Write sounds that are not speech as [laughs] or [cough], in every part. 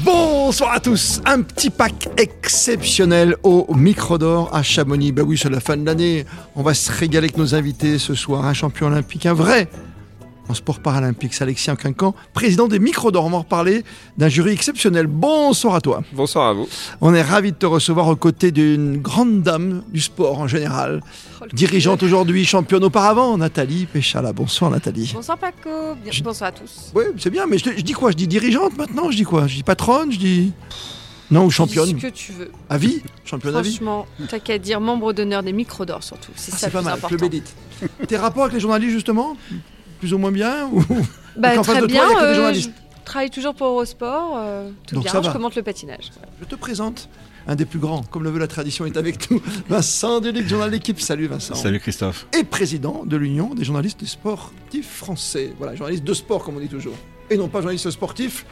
Bonsoir à tous. Un petit pack exceptionnel au micro d'or à Chamonix. Ben oui, c'est la fin de l'année. On va se régaler avec nos invités ce soir. Un champion olympique, un vrai en sport paralympique. C'est Alexis Quincan, président des micro d'or. On va en reparler d'un jury exceptionnel. Bonsoir à toi. Bonsoir à vous. On est ravis de te recevoir aux côtés d'une grande dame du sport en général. Oh, le Dirigeante aujourd'hui, championne auparavant, Nathalie Péchala. Bonsoir Nathalie. Bonsoir Paco, Bien- bonsoir à tous. Oui, c'est bien, mais je, je dis quoi Je dis dirigeante maintenant Je dis quoi Je dis patronne Je dis. Non, ou championne Dis ce que tu veux. à vie Championne à vie Franchement, t'as qu'à dire membre d'honneur des micros d'or surtout. C'est Ah, ça C'est pas le plus mal, je important. le médite. Tes rapports avec les journalistes, justement Plus ou moins bien ou- Bah, Parce qu'en très face de toi, bien, il y a que des euh, journalistes. je travaille toujours pour Eurosport. euh, tout Donc bien, ça je va. commente le patinage. Je te présente un des plus grands, comme le veut la tradition, est avec nous. [laughs] Vincent Delic, journal d'équipe. Salut Vincent. Salut Christophe. Et président de l'Union des journalistes sportifs français. Voilà, journaliste de sport, comme on dit toujours. Et non pas journaliste sportif,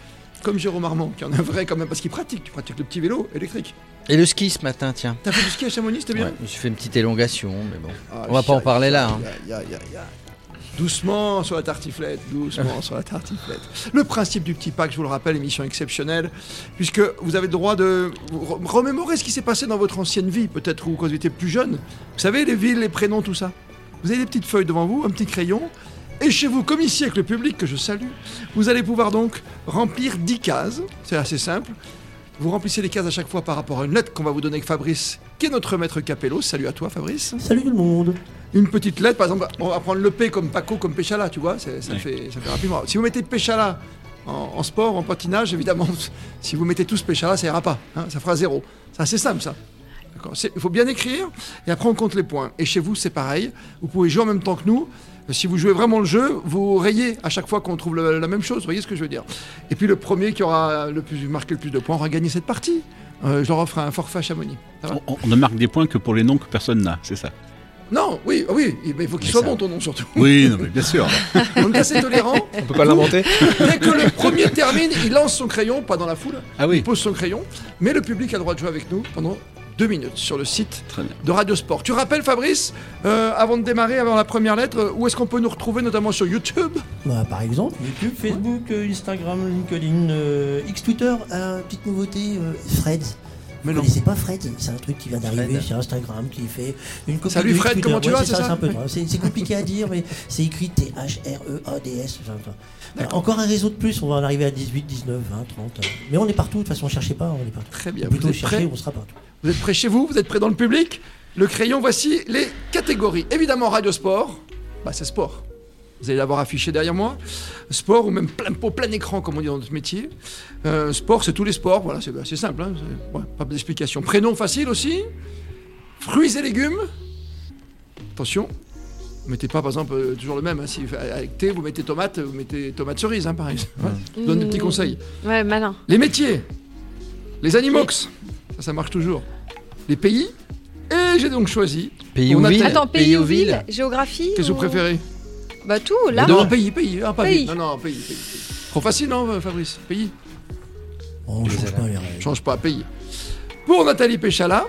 comme Jérôme Armand, qui en est un vrai quand même, parce qu'il pratique. Tu pratiques le petit vélo électrique. Et le ski ce matin, tiens. T'as fait du ski à Chamonix, c'était bien Ouais, je fais une petite élongation, mais bon. Ah, On va pas en parler là, hein. aïe, aïe, aïe, aïe. Doucement sur la tartiflette, doucement sur la tartiflette. Le principe du petit pack, je vous le rappelle, émission exceptionnelle, puisque vous avez le droit de vous re- remémorer ce qui s'est passé dans votre ancienne vie, peut-être ou quand vous étiez plus jeune. Vous savez, les villes, les prénoms, tout ça. Vous avez des petites feuilles devant vous, un petit crayon, et chez vous, comme ici avec le public que je salue, vous allez pouvoir donc remplir 10 cases. C'est assez simple. Vous remplissez les cases à chaque fois par rapport à une lettre qu'on va vous donner avec Fabrice, qui est notre maître Capello. Salut à toi, Fabrice Salut tout le monde. une petite lettre, par exemple, on va prendre le P comme Paco, comme Péchala, tu vois, c'est- ça, Oui. fait, ça fait rapidement. Si vous mettez Péchala en, en sport, en patinage, évidemment, [laughs] si vous mettez tous Péchala, ça ira pas, hein, ça fera zéro. C'est assez simple, ça. D'accord, c'est- Il faut bien écrire, et après on compte les points. Et chez vous, c'est pareil, vous pouvez jouer en même temps que nous. Euh, Si vous jouez vraiment le jeu, vous rayez à chaque fois qu'on trouve le- la même chose, vous voyez ce que je veux dire. Et puis le premier qui aura le plus, marqué le plus de points aura gagné cette partie. Euh, je leur offre un forfait à Chamonix. Ça va On, on ne marque des points que pour les noms que personne n'a, c'est ça non, oui, ah oui, mais il faut qu'il Mais soit ça- bon ton nom surtout. Oui, non, mais bien sûr. On est assez tolérant. On peut pas l'inventer Dès que le premier termine, il lance son crayon, pas dans la foule, [laughs] Ah il oui, pose son crayon, mais le public a le droit de jouer avec nous pendant deux minutes sur le site très bien. de Radio Sport. Tu rappelles, Fabrice, euh, avant de démarrer, avant la première lettre, euh, où est-ce qu'on peut nous retrouver, notamment sur YouTube Bah, par exemple, YouTube, Facebook, euh, Instagram, LinkedIn, euh, X Twitter, euh, petite nouveauté, euh, Fred. Mais Vous non. connaissez pas Fred C'est un truc qui vient d'arriver Fred. sur Instagram, qui fait une copie Salut de X Fred, Twitter. comment tu Ouais, vas, C'est c'est ça, ça c'est un peu drôle. C'est c'est compliqué à dire, mais c'est écrit E T-H-R-E-A-D-S. enfin, enfin. Alors, Encore un réseau de plus, on va en arriver à 18, 19, 20, 30. euh. Mais on est partout, de toute façon, cherchez pas, on est partout. Très bien, Ou vous Plutôt êtes cherchez, prêts on sera partout. Vous êtes prêts chez vous Vous êtes prêts dans le public Le crayon, voici les catégories. Évidemment, Radio Sport, bah c'est sport. Vous allez l'avoir affiché derrière moi. Sport ou même plein pot, plein écran, comme on dit dans notre métier. Euh, sport, c'est tous les sports, voilà, c'est c'est simple, hein, c'est- ouais, pas d'explication. Prénom facile aussi. Fruits et légumes. Attention, mettez pas par exemple euh, toujours le même. hein, si, avec thé, vous mettez tomate, vous mettez tomate cerise, hein, pareil. Voilà, je vous donne des petits Mmh. conseils. Ouais, malin. Les métiers, les animox, ça, ça marche toujours. Les pays, et j'ai donc choisi. Pays On ou a- ville Attends, pays, Pays ou ou ville ville Géographie Qu'est-ce que ou- vous préférez Bah tout, là. Non, Mmh. pays, pays, hein, pas Pays. ville. Non, non, pays, pays, pays. Trop facile, non, Fabrice Pays On change pas les règles. Change pas, pays. Pour Nathalie Péchala,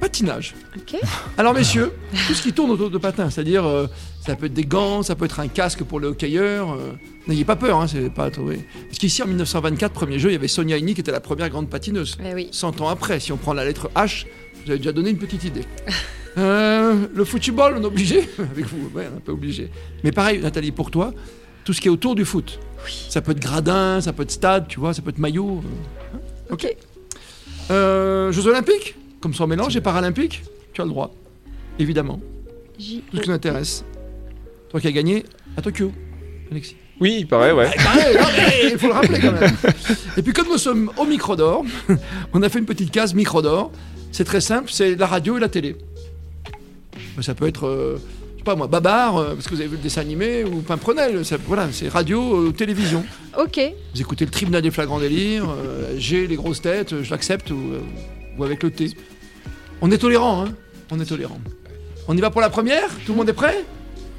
patinage. Ok. [laughs] Alors, messieurs, tout ce qui tourne autour de patin, c'est-à-dire, euh, ça peut être des gants, ça peut être un casque pour le hockeyeur. euh, N'ayez pas peur, hein, c'est pas à trouver. Parce qu'ici, en 1924, premier jeu, il y avait Sonia Hini qui était la première grande patineuse. Eh oui. 100 ans après. Si on prend la lettre H, vous avez déjà donné une petite idée. [laughs] Euh, le football, on est obligé [laughs] Avec vous, ouais, on n'est pas obligé. Mais pareil, Nathalie, pour toi, tout ce qui est autour du foot. Ça peut être gradin, ça peut être stade, tu vois, ça peut être maillot. euh, hein, Ok. Euh, Jeux olympiques, comme sans mélange, et paralympiques, tu as le droit. Évidemment, J- tout ce qui t'intéresse. Toi qui as gagné à Tokyo, Alexis. Oui, il paraît, ouais. Pareil, Ah non, mais il faut le rappeler quand même. Et puis comme nous sommes au micro d'or, on a fait une petite case micro d'or. C'est très simple, c'est la radio et la télé. Ça peut être, euh, je sais pas moi, Babar, euh, parce que vous avez vu le dessin animé, ou Pimprenel. Ça- voilà, c'est radio euh, télévision. Ok. Vous écoutez le tribunal des flagrants délires, euh, j'ai les grosses têtes, euh, je l'accepte, ou, euh, ou avec le thé. On est tolérant, hein On est tolérant. On y va pour la première Tout le monde est prêt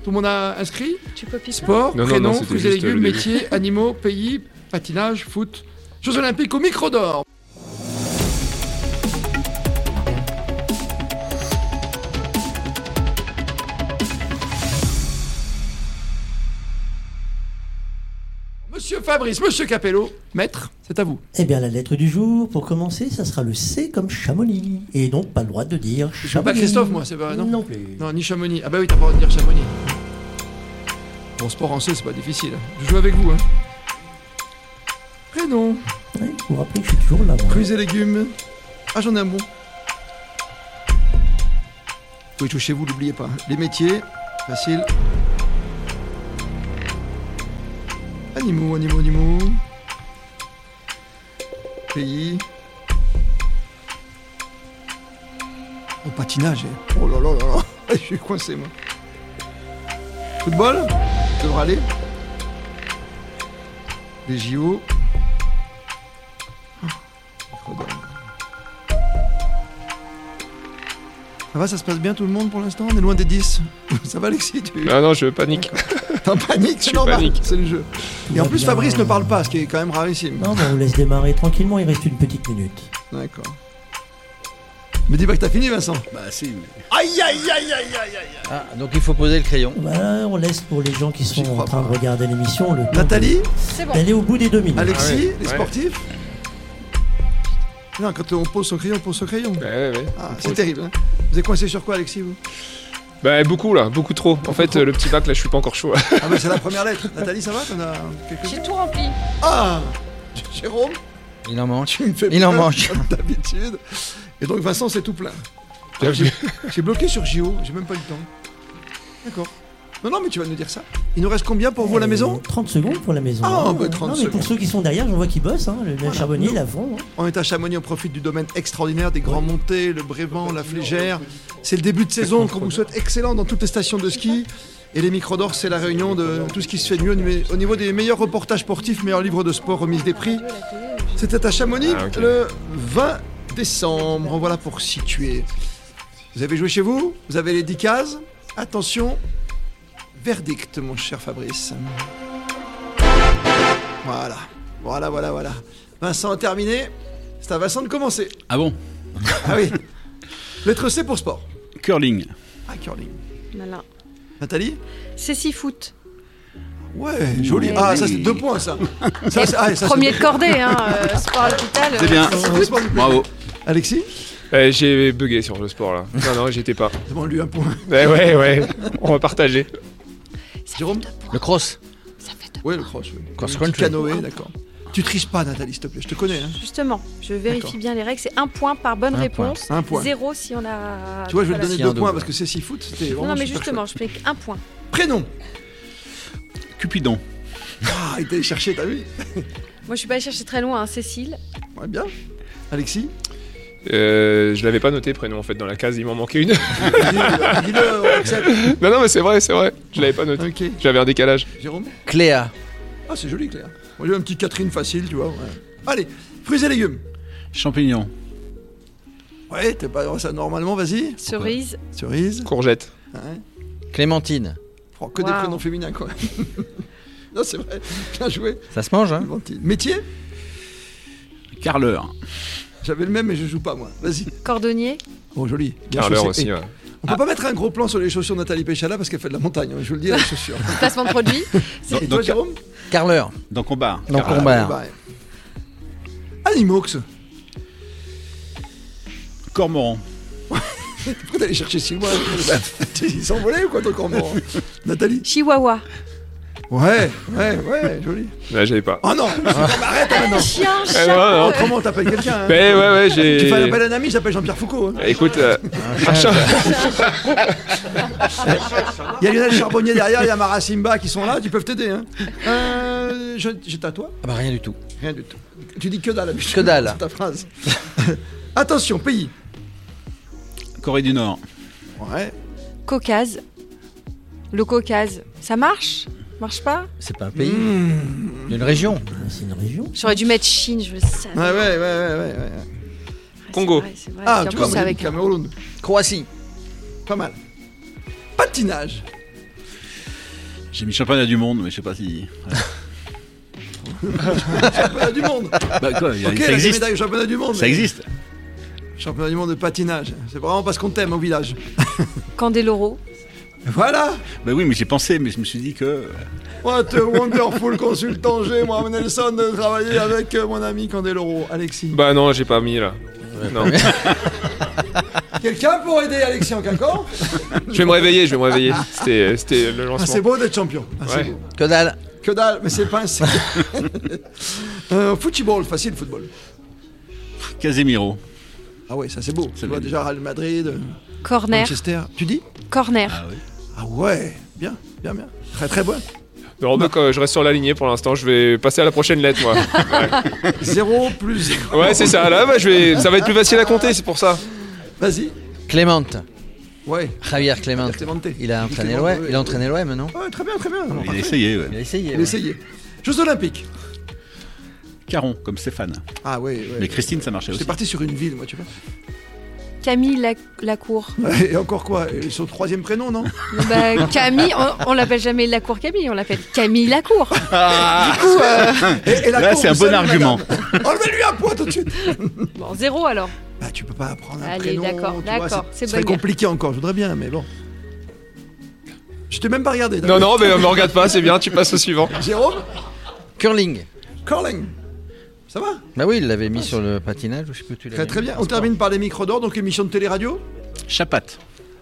Tout le monde a inscrit Tu copies ça Sport, Non, non, prénom, non, c'était fruits et juste euh, légumes, le début. métiers, [laughs] animaux, pays, patinage, foot, Jeux Olympiques au micro d'or. Monsieur Fabrice, monsieur Capello, maître, c'est à vous. Eh bien, la lettre du jour, pour commencer, ça sera le C comme Chamonix. Et donc, pas le droit de dire Je suis Chamonix. pas Christophe, moi, c'est pas. Non. Non plus. Non, ni Chamonix. Ah bah oui, t'as pas le droit de dire Chamonix. Bon, sport en C, c'est pas difficile. Je joue avec vous, hein. Prénom, Ouais, vous vous rappelez que je suis toujours là. moi. fruits et légumes. Ah, j'en ai un bon. Oui, touchez-vous, n'oubliez pas. Les métiers, facile. Animaux, animaux, animaux. Pays. Au patinage. eh. Oh là là là [laughs] là. Je suis coincé, moi. Football Ça devrait aller. Les JO. Ça va, ça se passe bien tout le monde pour l'instant On est loin des 10. [laughs] Ça va, Alexis tu... Ah Non, non, je panique. T'es en panique, c'est suis normal, panique. c'est le jeu. Et en plus, Bien. Fabrice ne parle pas, ce qui est quand même rarissime. Non, mais on vous laisse démarrer tranquillement, il reste une petite minute. D'accord. Me dis pas que t'as fini, Vincent. [laughs] Bah si, mais- Aïe, aïe, aïe, aïe, aïe, aïe. Ah, donc il faut poser le crayon. Voilà, on laisse pour les gens qui J'y sont en crois train pas. de regarder l'émission le temps Nathalie, C'est bon. d'aller au bout des deux minutes. Alexis, Ah ouais, les ouais. sportifs. Non, quand on pose son crayon, on pose son crayon. Ouais, ouais, ouais. Ah, c'est terrible. hein. Vous êtes coincé sur quoi, Alexis vous Bah, beaucoup là, beaucoup trop. En fait, euh, le petit bac là, je suis pas encore chaud. là. Ah, bah c'est la première lettre. Nathalie, ça va T'en as quelque J'ai tout rempli. Ah Jérôme, Il en manque. tu me fais Il en peur, manque. comme d'habitude. Et donc, Vincent, c'est tout plein. [laughs] Bien [laughs] vu. J'ai bloqué sur JO, j'ai même pas eu le temps. D'accord. Non, non, mais tu vas nous dire ça. Il nous reste combien pour vous à la Euh, maison 30 secondes pour la maison. Ah, hein. bah, 30 Non, mais secondes. pour ceux qui sont derrière, je vois qu'ils bossent, hein, le même charbonnier, Nous- là, fond. hein. On est à Chamonix, on profite du domaine extraordinaire des Grands Montées, le Brévent, la Flégère. C'est le début de saison qu'on vous souhaite excellent dans toutes les stations de ski. Et les micros d'or, c'est la réunion de tout ce qui se fait de mieux au numé- au niveau des meilleurs reportages sportifs, meilleurs livres de sport, remise des prix. C'était à Chamonix Ah, ok. le 20 décembre. Voilà pour situer. Vous avez joué chez vous Vous avez les 10 cases Attention, verdict, mon cher Fabrice. Voilà, voilà, voilà, voilà. Vincent a terminé. C'est à Vincent de commencer. Ah bon Ah oui. Lettre C pour sport. Curling. Ah, curling. Malin. Nathalie C'est 6 foot. Ouais, joli. Ouais. Ah, ça, c'est deux points, ça. ça, c'est- ah, ça, c'est Premier deux de [laughs] cordée, hein. euh, sport à l'hôpital. euh, C'est bien. points. C'est sport. Bravo. Alexis Euh, J'ai bugué sur le sport là. Non, non, j'étais pas. Demande-lui un point. Ouais, ouais, ouais. On va partager. Jérôme Le cross. Oui, le cross. Oui. Cross Le petit country. canoë, d'accord. Tu triches pas, Nathalie, s'il te plaît. Je te connais. Hein. Justement, je D'accord. vérifie bien les règles. C'est un point par bonne Un point. réponse. Un point. Zéro si on a. Tu vois, je vais te Voilà. donner Si, deux un points double. parce que c'est six foot. C'était Non, non, vraiment mais super justement, je fais un point. chouette. Prénom. Cupidon. Ah, il t'a allé chercher, t'as vu Moi, je suis pas allée chercher très loin. hein. Cécile. Ouais, bien. Alexis [laughs] Euh, je l'avais pas noté prénom en fait dans la case, il m'en manquait une. [laughs] Dis-le, dis-le, on accepte. Non, non, mais c'est vrai, c'est vrai. Je l'avais pas noté. Ok. J'avais un décalage. Jérôme Cléa. Ah, c'est joli, Claire. Moi, j'ai un petit Catherine facile, tu vois. ouais. Allez, fruits et légumes. Champignon. Ouais, t'es pas dans ça normalement, vas-y. Cerise. Cerise. Courgette. Hein. Clémentine. Oh, que des Waouh. prénoms féminins, quoi. [laughs] non, c'est vrai. Bien joué. Ça se mange, hein Valentine. Métier Carleur. J'avais le même, mais je joue pas, moi. Vas-y. Cordonnier. Oh, joli. Bien Carleur chaussé. aussi, Et ouais. On peut pas mettre un gros plan sur les chaussures de Nathalie Péchala parce qu'elle fait de la montagne, hein, je vous le dis, les chaussures. Placement [laughs] de produit. Et dans- toi, Jérôme Carleur. Dans combat. Dans Carleur. combat. Bah, Animox. Cormoran. Pourquoi t'allais chercher si loin Ils s'envolaient ou quoi, ton cormoran Nathalie Chihuahua. Ouais, ouais, ouais, joli. Ouais, j'avais pas. Oh non Arrête [laughs] maintenant Chien, Eh, non, chat. non. Autrement, t'appelles quelqu'un. hein. Mais ouais, ouais, Tu fais j'ai. appel à un ami, j'appelle Jean-Pierre Foucault. hein. Écoute, euh, un chat. Il y a Lionel Charbonnier derrière, il y a Marasimba qui sont là, qui peuvent t'aider. Hein. Euh, je- J'étais à toi Ah bah rien du tout. Rien du tout. Tu dis que dalle, habitude. Que dalle. C'est ta phrase. [laughs] Attention, pays. Corée du Nord. Ouais. Caucase. Le Caucase. Ça marche Marche pas C'est pas un pays. Hmm. Une région. C'est une région. J'aurais dû mettre Chine, je le savais. Ouais, ouais, ouais, ouais, ouais. ouais. C'est Congo. vrai, c'est vrai. Ah, Puis en tu plus, vois, c'est avec avec Cameroun. Croatie. Pas mal. Patinage. J'ai mis championnat du monde, mais je sais pas si. Championnat du monde. Bah quoi, il y a- Ok, ça la existe. médaille au championnat du monde. Ça existe. Championnat du monde de patinage. C'est vraiment parce qu'on t'aime au village. Candeloro. Voilà Bah oui, mais j'ai pensé, mais je me suis dit que. What a wonderful consultant j'ai, moi, Nelson, de travailler avec euh, mon ami Candeloro, Alexis. Bah non, j'ai pas mis là. Non. Quelqu'un pour aider Alexis en cacan Je vais me réveiller, je vais me réveiller. C'était euh, c'était le ah, C'est lancement. beau d'être champion. Ah, c'est Ouais. beau. Que dalle. Que dalle, mais c'est pas un [laughs] euh, Football, facile, football. Casemiro. Ah ouais, ça c'est beau. Tu C'est vois bien. déjà Real Madrid, euh, Corner. Manchester. Tu dis Corner. Ah oui. Ah ouais, bien, bien, bien. Très très bon. Non, donc euh, je reste sur la lignée pour l'instant. Je vais passer à la prochaine lettre, [laughs] moi. 0 plus 0. Ouais, c'est ça. Là, bah, je vais... ça va être plus facile à compter, c'est pour ça. Vas-y. Clémente. Ouais. Javier Clément. Clemente. Il a entraîné Clemente, l'OM. oui. Il a entraîné l'OM, non Ah Ouais, très bien, très bien. Il a essayé, ouais. Il a essayé. ouais. Essayez. Jeux Olympiques. Caron, comme Stéphane. Ah ouais, ouais. Mais Christine, ça marchait aussi. J'étais parti sur une ville, moi, tu vois. Camille Lac- Lacour. Et encore quoi euh, Son troisième prénom, non Bah, Camille, on, on l'appelle jamais Lacour Camille, on l'appelle Camille Lacour. Du coup, euh, Et- et la Là, cour, c'est un vous bon savez, argument. [laughs] madame. Enlevez-lui un point tout de suite. bon, zéro alors. Bah, tu peux pas apprendre un Allez, prénom. d'accord, tu vois, d'accord, c'est Ce serait bonne guerre. compliqué encore, je voudrais bien, mais bon. Je t'ai même pas regardé. Non, d'accord. non, mais euh, me regarde pas, c'est bien, tu passes au suivant. Jérôme Curling. Curling. Ça va Bah oui, il l'avait mis sur le patinage, ou je sais plus où tu l'as Très mis. très bien. On termine par les micros d'or, donc émission de télé-radio. Chapat.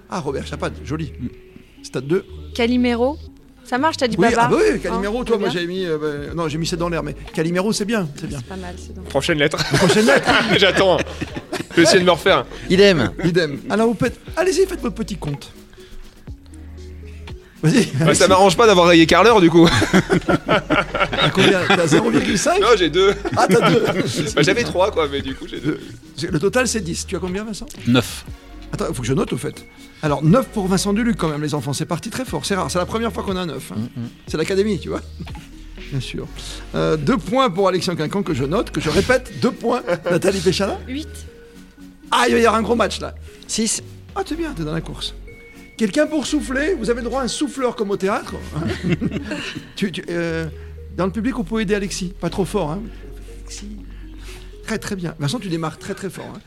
Ah, Robert Chapat, joli. Mm. Stade 2. Calimero. Ça marche, t'as dit Oui, baba. ah bah oui, Calimero, Hein, toi, c'est moi bien. j'avais mis. euh, bah, non, j'ai mis 7 dans l'air, mais Calimero, c'est bien, c'est bien. C'est pas mal, c'est donc. Prochaine lettre. Prochaine lettre, [laughs] J'attends. Je vais essayer de me refaire. Idem. idem. Alors, vous faites. Allez-y, faites votre petit compte. Vas-y, Bah, ça m'arrange pas d'avoir rayé quart d'heure, du coup. à combien T'as 0,5 Non, j'ai deux. Ah, t'as 2 Bah, j'avais trois, quoi, mais du coup, j'ai deux. Le total, c'est 10. Tu as combien, Vincent 9. Attends, faut que je note au fait. Alors 9 pour Vincent Duluc quand même les enfants, c'est parti très fort, c'est rare, c'est la première fois qu'on a 9. C'est l'académie, tu vois. [laughs] Bien sûr. 2 points pour Alexis Quincan que je note, que je répète, 2 points. Nathalie Péchala. 8. Ah, il va y avoir un gros match là. 6. Ah, c'est bien, t'es dans la course. Quelqu'un pour souffler Vous avez le droit à un souffleur comme au théâtre hein Tu- tu- euh, Dans le public, on peut aider Alexis. Pas trop fort, hein Alexis. Très très bien. Vincent, tu démarres très très fort. hein.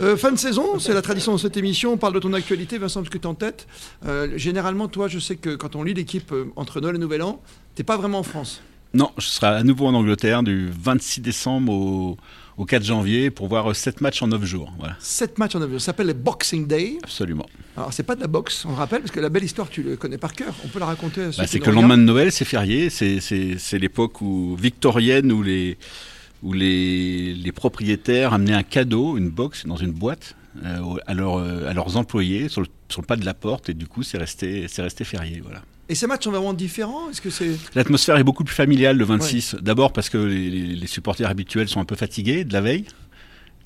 Euh, fin de saison, c'est la tradition de cette émission. On parle de ton actualité, Vincent, parce que tu en tête. Euh, généralement, toi, je sais que quand on lit l'équipe euh, entre Noël et Nouvel An, t'es pas vraiment en France. Non, je serai à nouveau en Angleterre du 26 décembre au, au 4 janvier pour voir 7 matchs en 9 jours. Voilà, Sept matchs en avion. Ça s'appelle les Boxing Day. absolument. Bah, Alors, c'est pas de la boxe, on le rappelle, parce que la belle histoire, tu le connais par cœur. On peut la raconter à ceux Bah, qui c'est nous que le regardent. lendemain de Noël, c'est férié. C'est- C'est c'est l'époque où, victorienne où, les, où les, les propriétaires amenaient un cadeau, une box, dans une boîte euh, au- à, leur, euh, à leurs employés sur le, sur le pas de la porte. Et du coup, c'est resté, c'est resté férié. Voilà. Et ces matchs sont vraiment différents Est-ce que c'est. L'atmosphère est beaucoup plus familiale le 26. D'abord parce que les, les- les supporters habituels sont un peu fatigués de la veille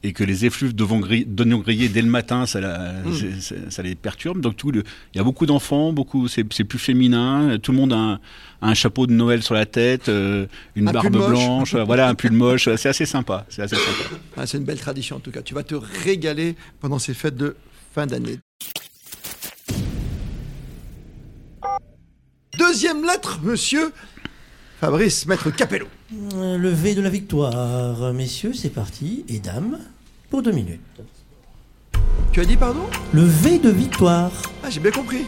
et que les effluves d'oignons gri- d'oignons grillés dès le matin, ça, la- Mm. c'est- c'est- ça les perturbe. Donc tout le- il y a beaucoup d'enfants, beaucoup, c'est c'est plus féminin. Tout le monde a un, a un chapeau de Noël sur la tête, euh, une Un pull barbe moche. blanche, euh, voilà un pull moche. C'est assez sympa. C'est [laughs] assez sympa. Ah, c'est une belle tradition en tout cas. Tu vas te régaler pendant ces fêtes de fin d'année. Deuxième lettre, monsieur Fabrice Maître Capello. Euh, Le V de la victoire. Messieurs, c'est parti. Et dames, pour deux minutes. Tu as dit pardon Le V de victoire. Ah, j'ai bien compris.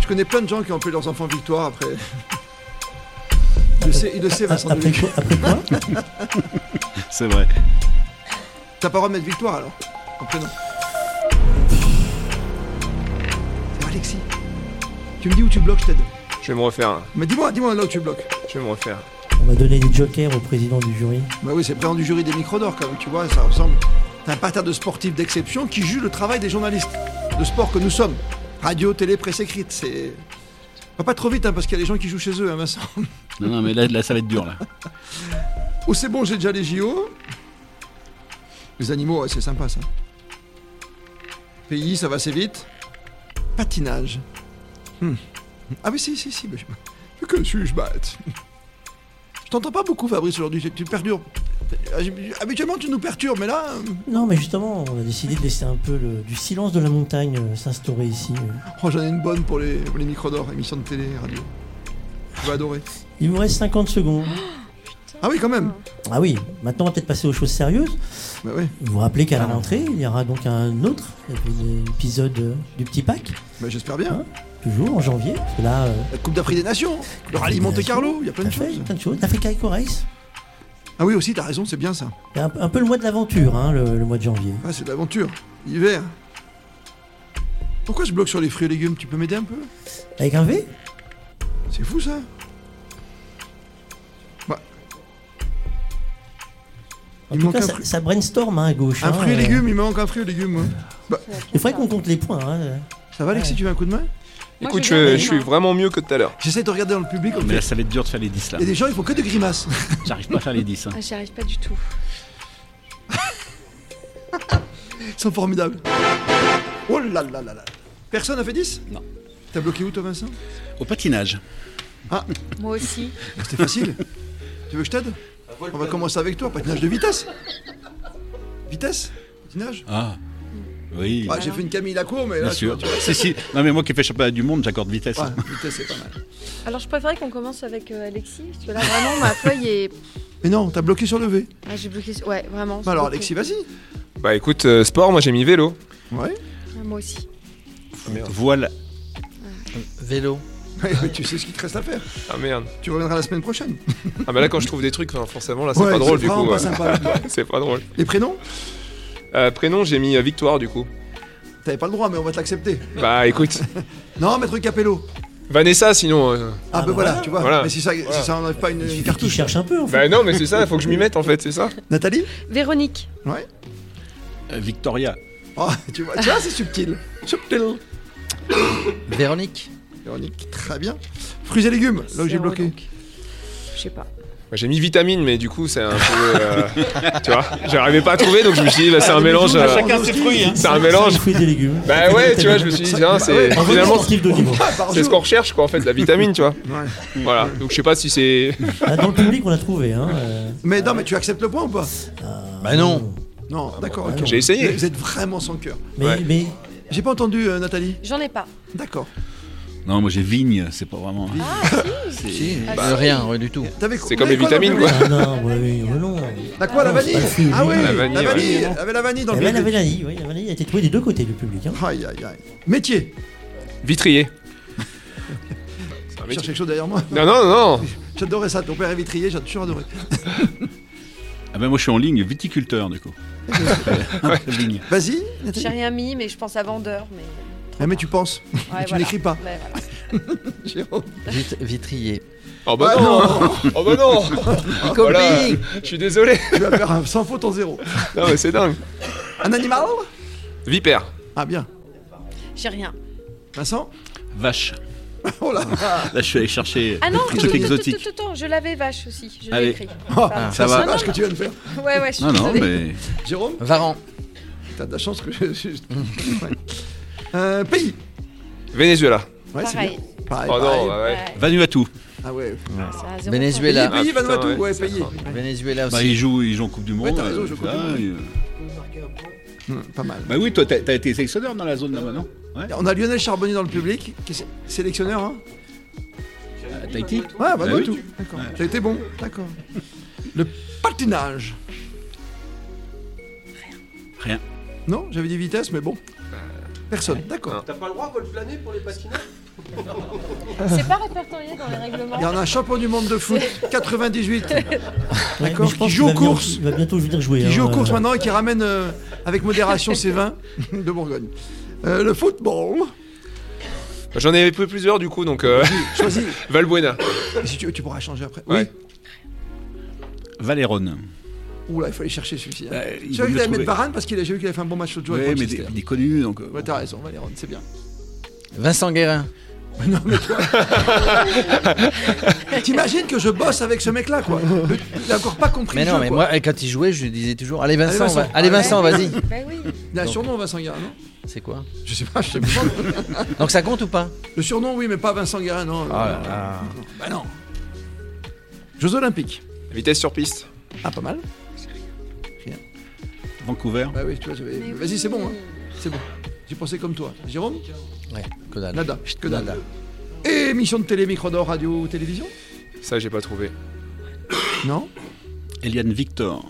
Je connais plein de gens qui ont appelé leurs enfants Victoire après. [laughs] Il le sait, il le sait Ah, Vincent Après Deluc. quoi, après quoi C'est vrai. T'as pas le droit de mettre Victoire alors En prénom. C'est Alexis. Tu me dis où tu bloques, je t'aide. Je vais me refaire. un. Mais dis-moi, dis-moi là où tu bloques. Je vais me refaire. On va donner des jokers au président du jury. Bah oui, c'est le président du jury des micros d'or, quand même, tu vois, ça ressemble. T'as un patin de sportifs d'exception qui juge le travail des journalistes de sport que nous sommes. Radio, télé, presse écrite, c'est. Va pas trop vite, hein, parce qu'il y a des gens qui jouent chez eux, hein, Vincent. [laughs] Non, non, mais là, là, ça va être dur là. Oh, c'est bon, j'ai déjà les JO. Les animaux, ouais, c'est sympa ça. Pays, ça va assez vite. Patinage. Hmm. Ah, mais si, si, si. Mais je... mais Que suis-je bête [laughs] Je t'entends pas beaucoup, Fabrice, aujourd'hui. Tu, tu perturbes. Euh, Habituellement, tu nous perturbes, mais là. euh, Non, mais justement, on a décidé de laisser un peu le- du silence de la montagne euh, s'instaurer ici. euh. Oh, j'en ai une bonne pour les, pour les micros d'or, émission de télé, radio. Tu vas adorer. Il vous reste 50 secondes. Ah oui, quand même. Ah oui, maintenant on va peut-être passer aux choses sérieuses. Bah oui. Vous vous rappelez qu'à la rentrée, il y aura donc un autre épisode euh, du petit pack, Bah, j'espère bien. toujours en janvier. Parce que là, euh, La Coupe d'Afrique des Nations, le rallye Monte Carlo, il y a plein t'as de fait choses. plein de choses. T'as fait Kaiko Race Ah oui, aussi, t'as raison, c'est bien ça. C'est un, un peu le mois de l'aventure, hein, le, le mois de janvier. Ah, c'est de l'aventure. L'hiver. Pourquoi je bloque sur les fruits et légumes Tu peux m'aider un peu Avec un V C'est fou ça Bah, En Il tout manque cas, un ça, fruit. ça brainstorm hein, à gauche. un hein, fruit et euh, légumes, il me manque un fruit et légumes. moi. Il faudrait qu'on compte les points. hein. Ça va, Alexis, tu veux un coup de main Moi, Écoute, je euh, veux bien je, les je suis mains. vraiment mieux que tout à l'heure. J'essaie de regarder dans le public. en Mais là, fait. ça va être dur de faire [laughs] les 10 là. Il y a des gens, ils font que des grimaces. J'arrive pas à faire les 10. hein. Ah, j'y arrive pas du tout. Ils sont formidables. Oh là là là là. Personne n'a fait 10 Non. T'as bloqué où, toi, Vincent Au patinage. Moi aussi. C'était facile. tu veux que je t'aide On va commencer avec toi, patinage de vitesse. Vitesse Patinage Ah. Oui. Ouais, J'ai fait une Camille Lacour, mais là, Bien tu sûr. vois, tu Si, si. Non, mais moi qui fais championnat du monde, j'accorde vitesse. vois. Ouais, vitesse, c'est pas mal. Alors, je préférais qu'on commence avec euh, Alexis. Parce [laughs] que là, vraiment, ma feuille est. Mais non, t'as bloqué sur le V. Ah, j'ai bloqué. sur- Ouais, vraiment. Bah alors, c'est Alexis, bloqué. vas-y. Bah écoute, euh, sport, moi j'ai mis vélo. Ouais. Ah, Moi aussi. Voile. Vélo. Ouais, mais tu sais ce qu'il te reste à faire. Ah merde. Tu reviendras la semaine prochaine. Ah mais là quand je trouve des trucs, enfin, forcément là c'est Ouais, pas drôle du vraiment coup. pas ouais. sympa. [laughs] c'est pas drôle. Les prénoms Euh, prénom, j'ai mis euh, Victoire du coup. T'avais pas le droit, mais on va te l'accepter. Bah écoute, Non, maître Capello. Vanessa sinon. Ah, euh, Ah, bah voilà, bah voilà. tu vois. Voilà. Mais si ça, si ça enlève pas une, Il une suffit qu'ils cartouche. cherchent un peu en fait. Bah non mais c'est ça, faut que je m'y mette en fait, c'est ça. Nathalie Véronique. Ouais. euh, Victoria. Oh, tu vois, tu vois, c'est subtil. Subtil. Véronique. Véronique, très bien. Fruits et légumes, là où j'ai Zéro, bloqué. donc. Je sais pas. Bah, J'ai mis vitamine mais du coup c'est un peu... euh, tu vois, j'arrivais pas à trouver donc je me suis dit bah, c'est un mélange... euh, Chacun ses fruits, hein. hein. c'est un mélange. Fruits et légumes. Bah ouais, tu vois, je me suis dit tiens, c'est Bah En vrai, finalement... sportif de niveau. Ah, par C'est ce qu'on jour. recherche quoi en fait, la vitamine tu vois. Ouais. Voilà, donc je sais pas si c'est... Ah, Dans le public, on a trouvé. Hein. euh, Mais non, mais tu acceptes le point ou pas Bah non. Non, d'accord. ok. Ah, bah, J'ai essayé. Mais Vous êtes vraiment sans cœur. Mais, Ouais. mais J'ai pas entendu euh, Nathalie. J'en ai pas. D'accord. Non, moi j'ai vigne, c'est pas vraiment. hein. Si, Bah, euh, si. rien, rien du tout. T'avais C'est comme les t'avais vitamines, dans le ah non, ouais, oui, ouais, non. public T'as quoi la vanille Ah, si, Ah oui, oui. la La vanille, ouais. vanille. Avait la vanille dans Eh le ben, la public. vanille, oui, la vanille a été trouvée des deux côtés du public. Hein. Aïe aïe aïe. Métier. Vitrier. Je cherche quelque chose derrière moi. Non, non, non J'adorais ça. Ton père est vitrier, j'ai toujours adoré. Ah ben moi je suis en ligne viticulteur [laughs] du coup. Vigne. Vas-y, J'ai Nathalie. rien mis, mais je pense à vendeur. Mais... Ah, mais tu [laughs] penses. Ouais, tu voilà. n'écris pas. Ouais, voilà. Jérôme. Vit- vitrier. Oh bah Ah non Oh bah non Voilà. Copie. Je suis désolé [laughs] Tu vas faire un sans faute en zéro. Non mais c'est dingue Un animal Vipère Ah bien. J'ai rien. Vincent Vache. Oh là Là je suis allé chercher Ah non, un tout- tout- truc tout- exotique. tout- tout- je l'avais vache aussi. Je Allez. l'ai écrit. Ah, ça c'est va. la vache que tu viens de faire. Ouais, ouais, je suis Non, non, désolée. mais. Jérôme, Varan. t'as de la chance que je. [laughs] je- ouais. Euh, pays. Venezuela Ouais, c'est Pareil. bien. Pareil. Oh non, pareil. bah ouais Ouais. Vanuatu. Ah ouais. Ça a zéro Venezuela. Ah, Pays, putain, Vanuatu, ouais, ouais, c'est pays. Venezuela Bah aussi. ils jouent, ils jouent en Coupe du Monde. Ouais, t'as raison, ils jouent en Coupe du ah, Monde. euh, Hum, pas mal. Bah oui, toi t'as t'as été sélectionneur dans la zone là-bas, non Ouais. On a Lionel Charbonnier dans le public, qui est sé- sélectionneur. Hein À Tahiti. ah, Bah Vanuatu. oui. D'accord. Ça a été bon. D'accord. Le patinage. Rien. Non, j'avais dit vitesse, mais bon. Euh, Personne, d'accord. point. C'est pas répertorié dans les règlements. Il y en a un champion du monde de foot, 98, Ouais, D'accord, mais je pense qui joue qu'il aux va bien- courses. Il va bientôt venir jouer. qui joue hein, aux courses euh, maintenant et qui ramène euh, avec modération ses vins [laughs] de Bourgogne. Euh, le football, J'en avais pris plusieurs du coup, donc euh, [laughs] choisis. Valbuena Et si tu, veux, tu pourras changer après. Ouais. Oui. Valérone. Oula, il fallait chercher celui-ci. hein. Ouais, Bah, il J'ai vu qu'il vaut mieux allait mettre trouver. Varane parce qu'il a j'ai vu qu'il avait fait un bon match l'autre jour. Ouais, avec mais Manchester. des- il est connu donc. euh, Ouais, t'as raison, Valéron, c'est bien. [laughs] Vincent Guérin. T'imagines que je bosse avec ce mec-là, quoi. Le- Il a encore pas compris. Mais le non, jeu, mais quoi. moi, eh, quand il jouait, je lui disais toujours Allez, Vincent, Vincent. va- allez, Vincent, Ouais. vas-y. Bah oui. Il a un surnom, Vincent Guérin, non C'est quoi Je sais pas, je sais pas. Donc ça compte ou pas [laughs] Le surnom, oui, mais pas Vincent Guérin, non. Ah là là. Bah non. Jeux Olympiques. Vitesse sur piste Ah, pas mal. Vancouver. Bah oui, tu vois, j'avais- Mais Vas-y, oui. c'est bon, hein. C'est bon. J'ai pensé comme toi. Jérôme Ouais, que dalle. Nada, chut, que dalle. Ah, Nada. Émission de télé, micro d'or, radio, télévision Ça j'ai pas trouvé Non Eliane Victor.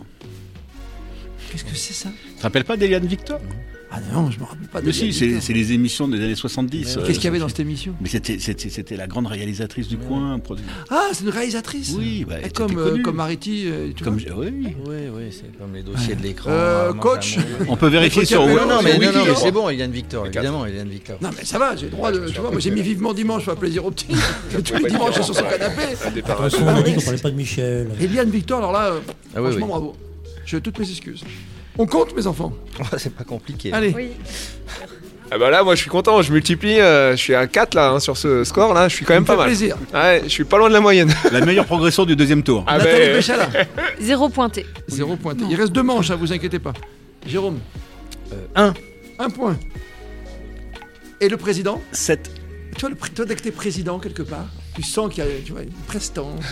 Qu'est-ce que c'est ça Tu te rappelles pas d'Eliane Victor Ah non, je me rappelle pas. Mais de hein. si, c'est c'est les émissions des années 70. euh, Qu'est-ce qu'il y avait dans cette émission Mais c'était- c'était c'était la grande réalisatrice du coin. produ- Ah, c'est une réalisatrice. Oui, bah, elle était comme euh, connue. comme Mariti. euh, et tout. Comme, oui. Oui, oui, c'est comme les dossiers de l'écran. Euh, maman, coach. maman. On peut vérifier sur Mais Non, non, mais, C'est non, non, Wiki, mais non c'est bon, Eliane Victor, évidemment, Eliane Victor. [laughs] Non mais ça va, j'ai le droit de. Tu vois, moi j'ai mis vivement dimanche, pas plaisir au petit. Tous les pas dimanches dire. sur son canapé. Un départ. Attention, Ah, on a dit qu'on parlait pas de Michel. Eliane Victor, alors là, euh, Ah oui, franchement oui. bravo. Je toutes mes excuses. On compte mes enfants. c'est pas compliqué. Allez. Oui. Ah bah là, moi je suis content, je multiplie, euh, je suis à 4 là hein, sur ce score là, je suis quand ça me même fait pas mal. plaisir. ben, Ouais, je suis pas loin de la moyenne. la meilleure progression du deuxième tour. Ah Nathalie [laughs] bah, Béchala, Zéro pointé. zéro pointé. Il reste deux manches, hein, vous inquiétez pas. Jérôme, Euh, un. un point. Et le président 7. Toi, le, pré- toi dès que t'es président quelque part, tu sens qu'il y a tu vois, une prestance.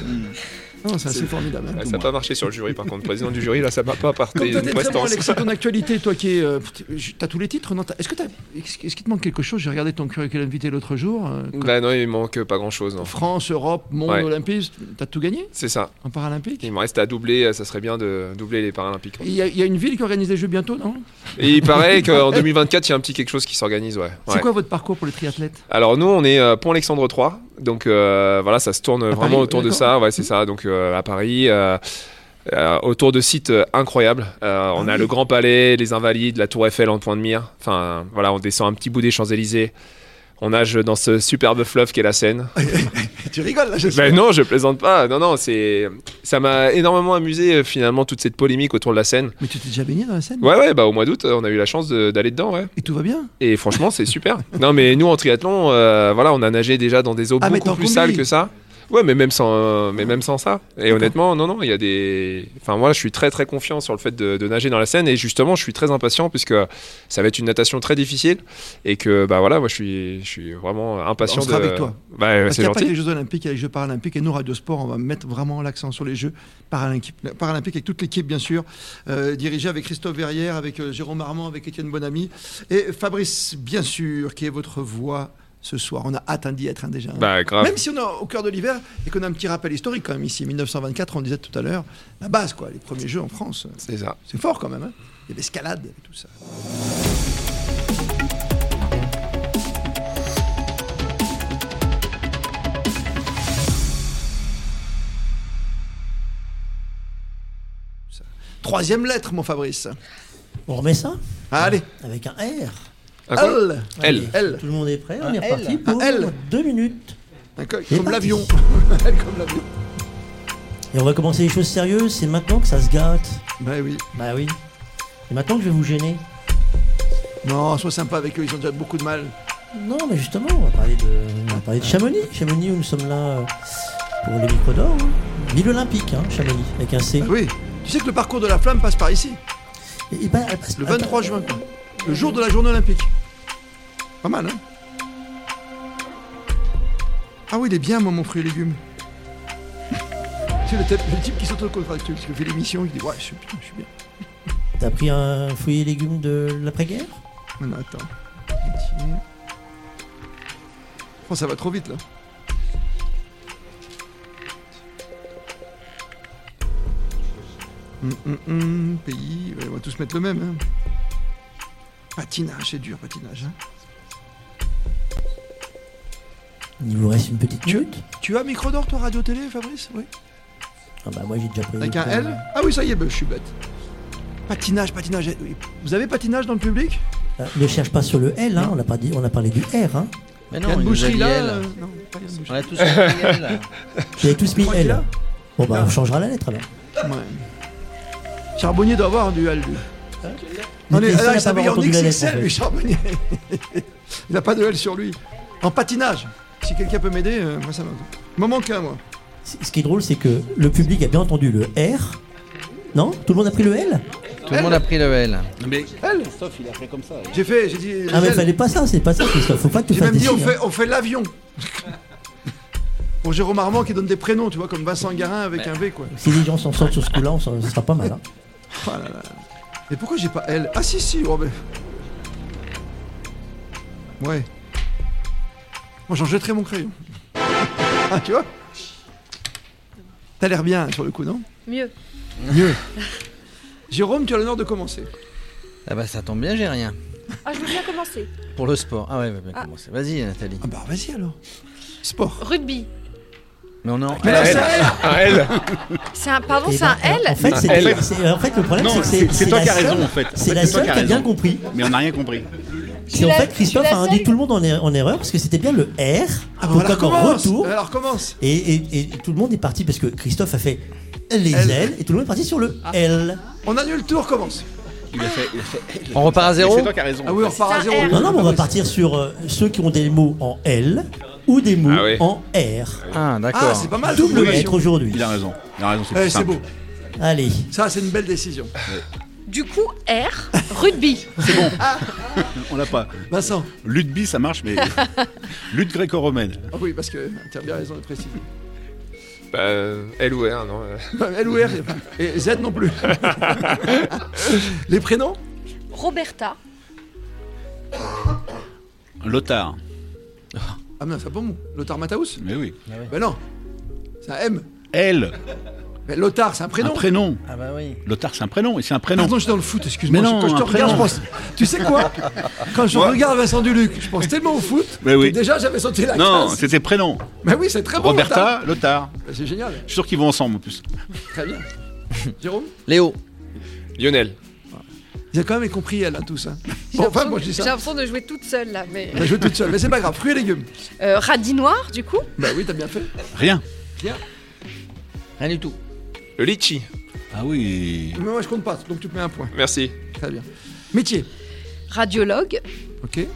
Non, c'est assez formidable. hein. Ça n'a pas marché sur le jury par contre. Président du jury, là, ça m'a pas Comme apporté toi, une t'es très bon, prestance. Alexis, ton actualité, toi qui es. euh, pff, je- T'as tous les titres non T'as- Est-ce que t'as. Est-ce est-ce qu'il te manque quelque chose J'ai regardé ton curriculum vitae l'autre jour. euh, quand- [laughs] Bah non, il manque pas grand chose. France, Europe, monde, Ouais. Olympisme. T'as tout gagné C'est ça. en paralympique Il me reste à doubler, euh, ça serait bien de doubler les Paralympiques. Il y, a, il y a une ville qui organise les Jeux bientôt, non Et il paraît qu'en [laughs] 2024, il y a un petit quelque chose qui s'organise, ouais. C'est Ouais. quoi votre parcours pour les triathlètes Alors nous, on est euh, Pont Alexandre 3, donc euh, voilà, ça se tourne vraiment Paris, autour de d'accord. ça, ouais, c'est ça, donc euh, à Paris. euh, euh, autour de sites euh, incroyables. Euh, Ah on a le Grand Palais, les Invalides, la Tour Eiffel en point de mire. Enfin, voilà, on descend un petit bout des Champs-Élysées. On nage dans ce superbe fleuve qu'est la Seine. Ah, Tu rigoles là, je Ben non, je plaisante pas. Non, non, c'est ça m'a énormément amusé euh, finalement toute cette polémique autour de la Seine. Mais tu t'es déjà baigné dans la Seine Ouais, ouais, bah au mois d'août, euh, on a eu la chance de- d'aller dedans, ouais. Et tout va bien Et franchement, c'est super. Non, mais nous en triathlon, euh, voilà, on a nagé déjà dans des eaux Ah, mais beaucoup t'en plus combi. sales que ça. Ouais, mais même sans, euh, mais même sans ça. Et honnêtement, non, non, il y a des. Enfin, moi, je suis très, très confiant sur le fait de, de nager dans la Seine. Et justement, je suis très impatient puisque ça va être une natation très difficile et que, bah voilà, moi, je suis, je suis vraiment impatient On sera de. avec toi. Bah, euh, Parce c'est qu'il n'y a pas gentil. que les Jeux Olympiques, il y a les Jeux Paralympiques. Et nous, Radio Sport, on va mettre vraiment l'accent sur les Jeux Paralympiques, Paralympiques avec toute l'équipe, bien sûr, euh, dirigée avec Christophe Verrière, avec euh, Jérôme Armand, avec Étienne Bonamy. Et Fabrice, bien sûr, qui est votre voix ce soir. On a hâte hein, d'y être hein, déjà. hein. Bah, grave. Même si on est au cœur de l'hiver et qu'on a un petit rappel historique quand même ici, 1924, on disait tout à l'heure, la base quoi, les premiers jeux en France. C'est ça. C'est fort quand même, hein. il y avait escalade et tout ça. Ça. Troisième lettre, mon Fabrice. Ah, On remet ça Allez, avec un R. Un Ah, quoi L. Elle. Allez, Elle. Tout le monde est prêt, on Un est L. reparti pour Un L. deux minutes. D'accord, C'est Comme parti. l'avion. Elle [laughs] comme l'avion. Et on va commencer les choses sérieuses, c'est maintenant que ça se gâte. Bah oui. Bah oui. Et maintenant que je vais vous gêner. Non, sois sympa avec eux, ils ont déjà beaucoup de mal. Non, mais justement, on va parler de, on va parler de Chamonix. Chamonix, où nous sommes là euh, pour les micros d'or. hein. Ville olympique, hein, Chamonix, avec un C. Bah oui. Tu sais que le parcours de la flamme passe par ici. Et- et bah, elle passe- Le elle- 23 juin, le jour de la journée olympique. Pas mal, hein Ah oui, il est bien, moi, mon fruit et légumes. [laughs] C'est le, type- le type qui s'autocontractue, parce que fait l'émission, il dit Ouais, je suis, putain, je suis bien. T'as pris un fruit et légumes de l'après-guerre Non, non, attends. Continue. Oh, ça va trop vite, là. Hum, hum, hum, pays, ouais, on va tous mettre le même. hein. Patinage, c'est dur, patinage. hein. Il vous reste une petite Tu- minute Tu as micro d'or, toi, radio-télé, Fabrice Oui. Euh, Ah bah moi j'ai déjà pris. Avec un L Ah oui, ça y est, bah, je suis bête. Patinage, patinage. eh, oui. Vous avez patinage dans le public Euh, ne cherche pas sur le L, hein, on, a pas dit, on a parlé du R. Hein. Mais Yann il nous a Boucherie dit là elle. euh, Non, pas Yann On Boucherie. a tous compris elle, [laughs] là. J'avais tous mis crois qu'il L. a Bon Ah. bah on changera la lettre alors. Ouais. Charbonnier doit avoir du L, lui. Non, Mais les- personne ah, n'a il pas s'habille en entendu la lettre, en XXL, fait. lui, Charbonnier. [laughs] il n'a pas de L sur lui. En patinage. Si quelqu'un peut m'aider, euh, moi ça m'a. Il m'en manque un, moi. C- Ce qui est drôle, c'est que le public a bien entendu le R. Non Tout le monde a pris le L Tout le monde a pris le L. Mais L Christophe, il a fait comme ça. J'ai fait, j'ai dit. Ah mais L. fallait pas ça, c'est pas ça, hein. Christophe. Faut pas que tu J'ai fasses même des dit on signes. fait, on fait l'avion. [laughs] Pour Jérôme Armand qui donne des prénoms, tu vois, comme Vincent Garin avec un V, quoi. hein. Si les gens s'en sortent sur ce coup-là, on s'en- ce sera pas mal. hein. Oh là là. Mais pourquoi j'ai pas L Ah si si, oh ben. Ouais. Moi j'en jetterai mon crayon. [laughs] Ah tu vois T'as l'air bien sur le coup, non Mieux. Mieux. Jérôme, tu as l'honneur de commencer. Ah bah ça tombe bien, j'ai rien. Ah, je veux bien commencer. Pour le sport. Ah ouais, va bien Ah. commencer. Vas-y, Nathalie. Ah bah vas-y alors. Sport. Rugby. Mais on est en. Ah, Mais là, Ah, elle. ça aide. Un L C'est un, pardon, Eh c'est ben, un L En fait, c'est- Un L. c'est- en fait, le problème, Non, c'est c'est que c'est toi la qui as raison seule- en fait. C'est la C'est toi qui seule qui as a bien raison. compris. Mais on n'a rien compris. C'est en la- fait, Christophe la a induit seule- tout le monde en, er- en erreur parce que c'était bien le R. Ah bah donc voilà, encore commence. retour. Alors commence. Et, et- et tout le monde est parti parce que Christophe a fait les L. L et tout le monde est parti sur Ah. le L. On annule le tour, commence. Il a fait- il a fait- il a On repart à fait- zéro C'est toi qui as raison. Ah oui, on repart à un zéro. R. Oui, Non, non, mais pas on va possible. partir sur euh, ceux qui ont des mots en L ou des mots Ah oui. en R. Ah, Ah, d'accord. c'est pas mal. Double double lettre aujourd'hui. Il a raison. Il a raison, c'est Eh, plus c'est simple. beau. Allez. Ça, c'est une belle décision. Du coup, R, rugby. On l'a pas. Vincent. Lutte bi, ça marche, mais lutte gréco-romaine. Ah oui, parce que t'as bien raison de préciser. Bah, euh, L ou R, non euh. L ou R et Z non [laughs] plus. Les prénoms Roberta. Lothar. Ah non, c'est pas bon. Lothar Mataus Mais oui. Ben non. C'est un M. Elle. Mais Lothar, c'est un Un prénom. prénom. Ah bah oui. Lothar, c'est un prénom. Et c'est un prénom. Pardon, je suis dans le foot, excuse-moi. Mais Je- non, quand je te un regarde, je prénom. pense. Tu sais quoi Quand je Moi- regarde Vincent Duluc, je pense tellement au foot. Mais oui. que Déjà, j'avais sauté la Non, classe. c'était prénom. Mais oui, c'est très bon. Lothar. Bah, Roberta, Lothar. C'est génial. Je suis sûr qu'ils vont ensemble en plus. Très [laughs] bien. Jérôme Léo. Lionel. Ils ont quand même compris, elle, à tous. hein. Bon, enfin, moi, je dis J'ai ça. Bah, l'impression de jouer toute seule là. Mais... Je joue toute seule, mais c'est pas grave. Fruits et légumes. Euh, radis noir, du coup. Bah oui, t'as bien fait. Rien. Rien du tout. Le litchi. Ah oui. Mais moi, je compte pas, donc tu te mets un point. Merci. Très bien. Métier. Radiologue. Ok.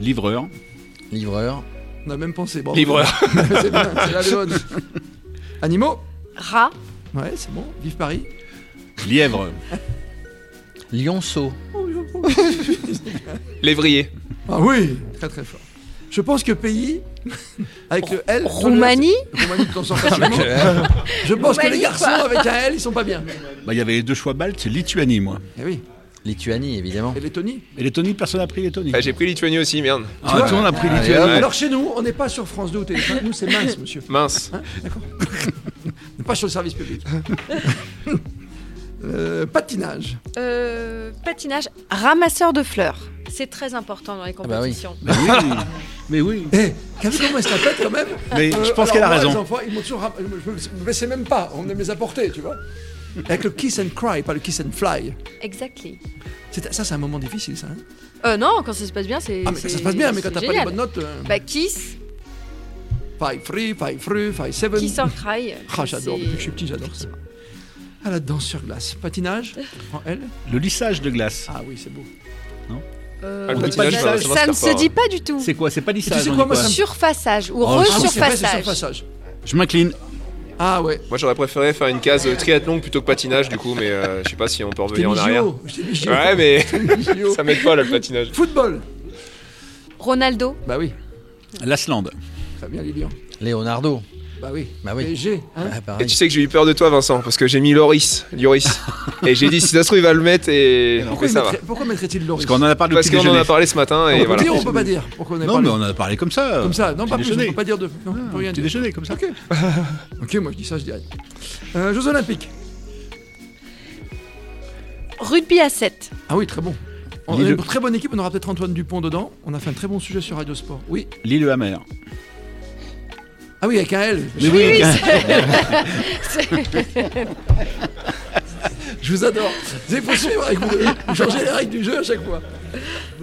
Livreur. Livreur. On a même pensé. Bravo. Livreur. [laughs] c'est bien, c'est la bonne. Animaux Rat. Ouais, c'est bon. Vive Paris. Lièvre. Lionceau. Lévrier. Ah oui, très très fort. Je pense que pays, [laughs] avec le L. Roumanie. [laughs] Roumanie, tu t'en sors facilement. Je pense que les Roumanie, garçons quoi. avec un L, ils sont pas bien. Bah, il y avait les deux choix baltes, c'est Lituanie, moi. Eh oui. Lituanie, évidemment. Et Lettonie Et Lettonie, personne n'a pris Lettonie. Ah, J'ai pris Lituanie aussi, merde. Ah, tout le monde a pris Lituanie. Lituanie. Alors chez nous, on n'est pas sur France 2 ou téléphone. Nous, c'est mince, monsieur. Mince. D'accord [laughs] On n'est pas sur le service public. Euh, patinage. Euh, patinage. Ramasseur de fleurs. C'est très important dans les bah oui. compétitions. Mais bah oui. Mais oui. Eh, t'as vu comment elle se la pète quand même Euh, Mais je pense alors qu'elle a moi, raison. Les enfants, ils m'ont toujours rapp- je me baissais même pas, on venait me les apporter, tu vois. Avec le kiss and cry, pas le kiss and fly. Exactly. C'est- Ça, c'est un moment difficile, ça. hein. Euh, non, quand ça se passe bien, c'est. ah, mais ça c'est- se passe bien, mais quand c'est t'as pas les génial. bonnes notes. euh, Bah, Kiss, Five free, five free, five seven. Kiss and Cry. Ah, j'adore, c'est- depuis que je suis petit, j'adore ça. Ah, la danse sur glace. Patinage en L Le lissage de glace. Ah oui, c'est beau. Euh, Ah, le On dit pas patinage, du bah, sage. ça va ça, se ne faire se pas, dit hein. pas du tout. C'est quoi C'est pas lissage. Tu sais on quoi, dit moi, quoi ça me- Surfaçage ou Oh, Ah oui, c'est vrai, c'est resurfaçage. surfaçage. Je m'incline. Ah ouais. Moi, j'aurais préféré faire une case euh, triathlon plutôt que patinage, du coup, mais euh, je sais pas si on peut T'es revenir en arrière. Migio. J'étais Migio. Ouais, mais Migio. [laughs] ça m'aide pas là, le patinage. Football. Ronaldo, Bah oui, L'Aslande. très bien, Lilian. Leonardo. Bah oui. Bah oui. PSG. Hein Ah, Et pareil. tu sais que j'ai eu peur de toi, Vincent, parce que j'ai mis Loris. Loris. et j'ai dit, si ça se trouve, il va le mettre et. pourquoi, Mais il ça va. mettrait- pourquoi mettrait-il Loris Parce qu'on en a parlé au Parce petit qu'on en déjeuner. a parlé ce matin On et peut voilà. dire ou on peut pas dire Pourquoi on en a Non, parlé mais on en a Ah, parlé comme ça. Comme ça, non, pas plus, on déjeuner. peut pas dire de. Non, on peut rien Petit dire. déjeuner, comme ça. Ok. [laughs] ok, moi je dis ça, je dis rien. Euh, Jeux Olympiques. rugby à 7. Ah oui, très bon. On Lille. a une très bonne équipe, on aura peut-être Antoine Dupont dedans. On a fait un très bon sujet sur Radio Sport. Oui. L'île Hammer. Ah oui, avec un L. Mais oui. Je vous adore. Vous allez poursuivre avec vous. deux. Vous changez les règles du jeu à chaque fois.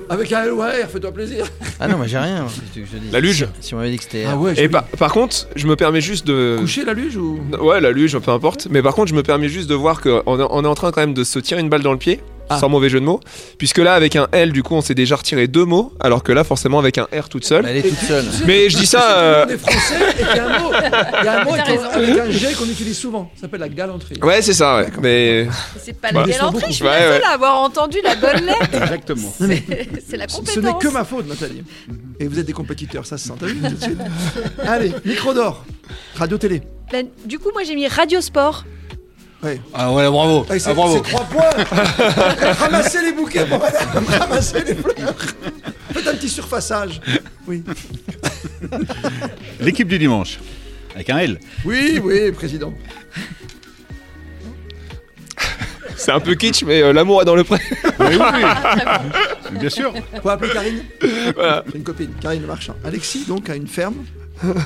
Avec un L ou un R, fais-toi plaisir. Ah non, mais j'ai rien. c'est ce que je te dis. La luge. Si on m'avait dit que c'était. Ah Ah ouais, Et par, par contre, je me permets juste de. Coucher la luge ou. Ouais, la luge, peu importe. Mais par contre, je me permets juste de voir qu'on on est en train quand même de se tirer une balle dans le pied, Ah. sans mauvais jeu de mots. Puisque là, avec un L, du coup, on s'est déjà retiré deux mots, alors que là, forcément, avec un R toute Bah, seule. elle est toute seule. Mais je dis ça. euh, On est français et qu'il y a un mot. Il y a un [laughs] mot T'as avec un- raison. avec un G qu'on utilise souvent. Ça s'appelle la galanterie. Ouais, c'est ça, ouais. Mais. C'est pas Bah, la belle entrée, je suis Ouais, la seule ouais. à avoir entendu la bonne lettre. [laughs] Exactement. C'est c'est la Ce n'est compétence. que ma faute, Nathalie. Et vous êtes des compétiteurs, ça se sent. T'as vu [laughs] tout de suite Allez, micro d'or. Radio-télé. La- Du coup, moi j'ai mis Radio Sport. Ouais. Ah ouais, bravo. Ah, c'est c'est trois [laughs] points. Ramassez les bouquets, pour madame. Ramassez les fleurs. Faites un petit surfaçage. Oui. L'équipe du dimanche. Avec un L. Oui, oui, président. C'est un peu kitsch, mais euh, l'amour est dans le pré. [laughs] Oui, oui. Bien sûr. Faut appeler Karine Voilà. J'ai une copine, Karine Le Marchand. Alexis, donc, a une ferme.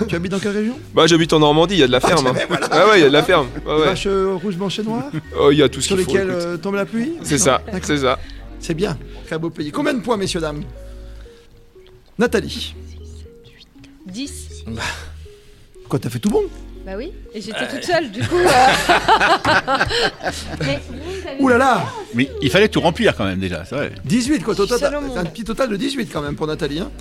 tu habites dans quelle région Bah, j'habite en Normandie, il y a de la ferme. hein. Ah ouais, il y a de la ferme. [laughs] Ouais, Des ouais. Vaches euh, rouges, blanches et noires Oh, il y a tout ce Sur qu'il faut. lesquelles écoute. euh, tombe la pluie C'est ça, c'est ça. C'est bien, très beau pays. Combien de points, messieurs, dames Nathalie, 10 quoi, t'as fait tout bon Bah oui, et j'étais toute seule, du [laughs] coup. euh. Mais vous avez- Ouh là là Mais il fallait tout remplir quand même déjà, c'est vrai. 18, quoi, au Je suis total. seule au monde. Un petit total de 18 quand même pour Nathalie. hein.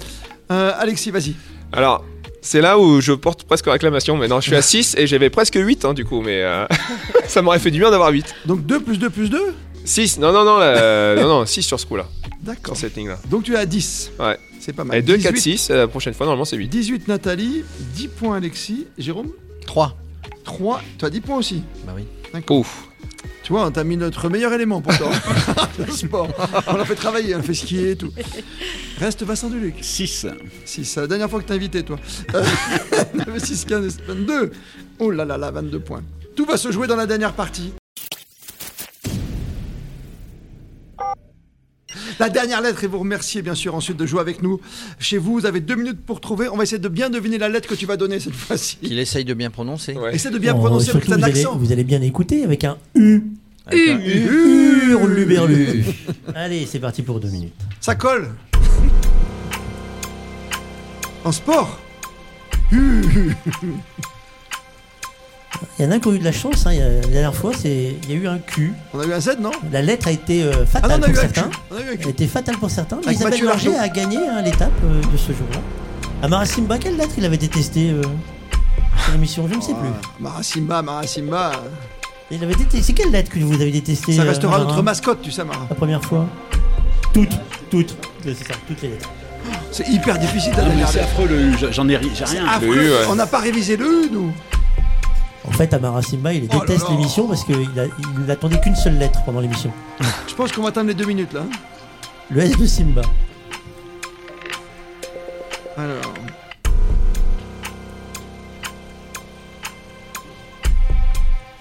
Euh, Alexis, vas-y. Alors, c'est là où je porte presque réclamation. Maintenant, je suis à 6 et j'avais presque 8 hein, du coup, mais euh, [laughs] ça m'aurait fait du bien d'avoir 8. Donc 2 plus 2 plus 2 6, non, non, non, là, euh, non, non, 6 sur ce coup-là, D'accord. sur cette ligne-là. Donc tu es à 10. Ouais. C'est pas mal. Et 2, 18, 4, 6, la prochaine fois, normalement, c'est 8. 18 Nathalie, 10 points Alexis, Jérôme 3. 3. Tu as 10 points aussi. Bah oui. Ouf. Tu vois, on t'a mis notre meilleur élément pourtant. le sport. On l'a fait travailler, on l'a fait skier et tout. Reste Vincent Duluc. 6. 6, c'est la Euh, dernière fois que t'es invité, toi. Euh, [laughs] 9, 6, 15, 22. Oh là là là, 22 points. Tout va se jouer dans la dernière partie. La dernière lettre et vous remercier bien sûr ensuite de jouer avec nous. Chez vous, vous avez deux minutes pour trouver. On va essayer de bien deviner la lettre que tu vas donner cette fois-ci. Qu'il essaye de bien prononcer. Ouais. Essaie de bien Bon, prononcer avec Oh, surtout, ton vous, allez, accent. vous allez bien écouter avec un U. Avec un- Hurluberlu. allez, c'est parti pour deux minutes. Ça colle. En sport. Il y en a qui ont eu de la chance, hein, il y a- la dernière fois, c'est il y a eu un Q. On a eu un Z, non La lettre a été euh, Ah non, fatale on a pour eu un Q. certains. On a eu un Elle Q. était fatale pour certains, mais Avec Isabelle Mathieu Larger Largeau. a gagné hein, l'étape euh, de ce jour-là. À Marasimba, quelle lettre il avait détesté euh, sur l'émission Je ne sais plus. Ah, Marasimba, Marasimba. Il avait détesté. C'est quelle lettre que vous avez détesté euh, Ça euh, restera Marin notre mascotte, tu sais, Mara. La première fois Toutes, toutes. C'est ça, toutes les lettres. C'est hyper difficile la Ah, mais dernière c'est lettre. affreux le U, j'en ai ri- j'ai rien. Affreux. Le U, ouais. On n'a pas révisé le U, nous. En fait, à Marasimba, il Oh là déteste là. l'émission parce qu'il a- il n'attendait qu'une seule lettre pendant l'émission. Je pense qu'on va atteindre les deux minutes, là. Le S de Simba. Alors.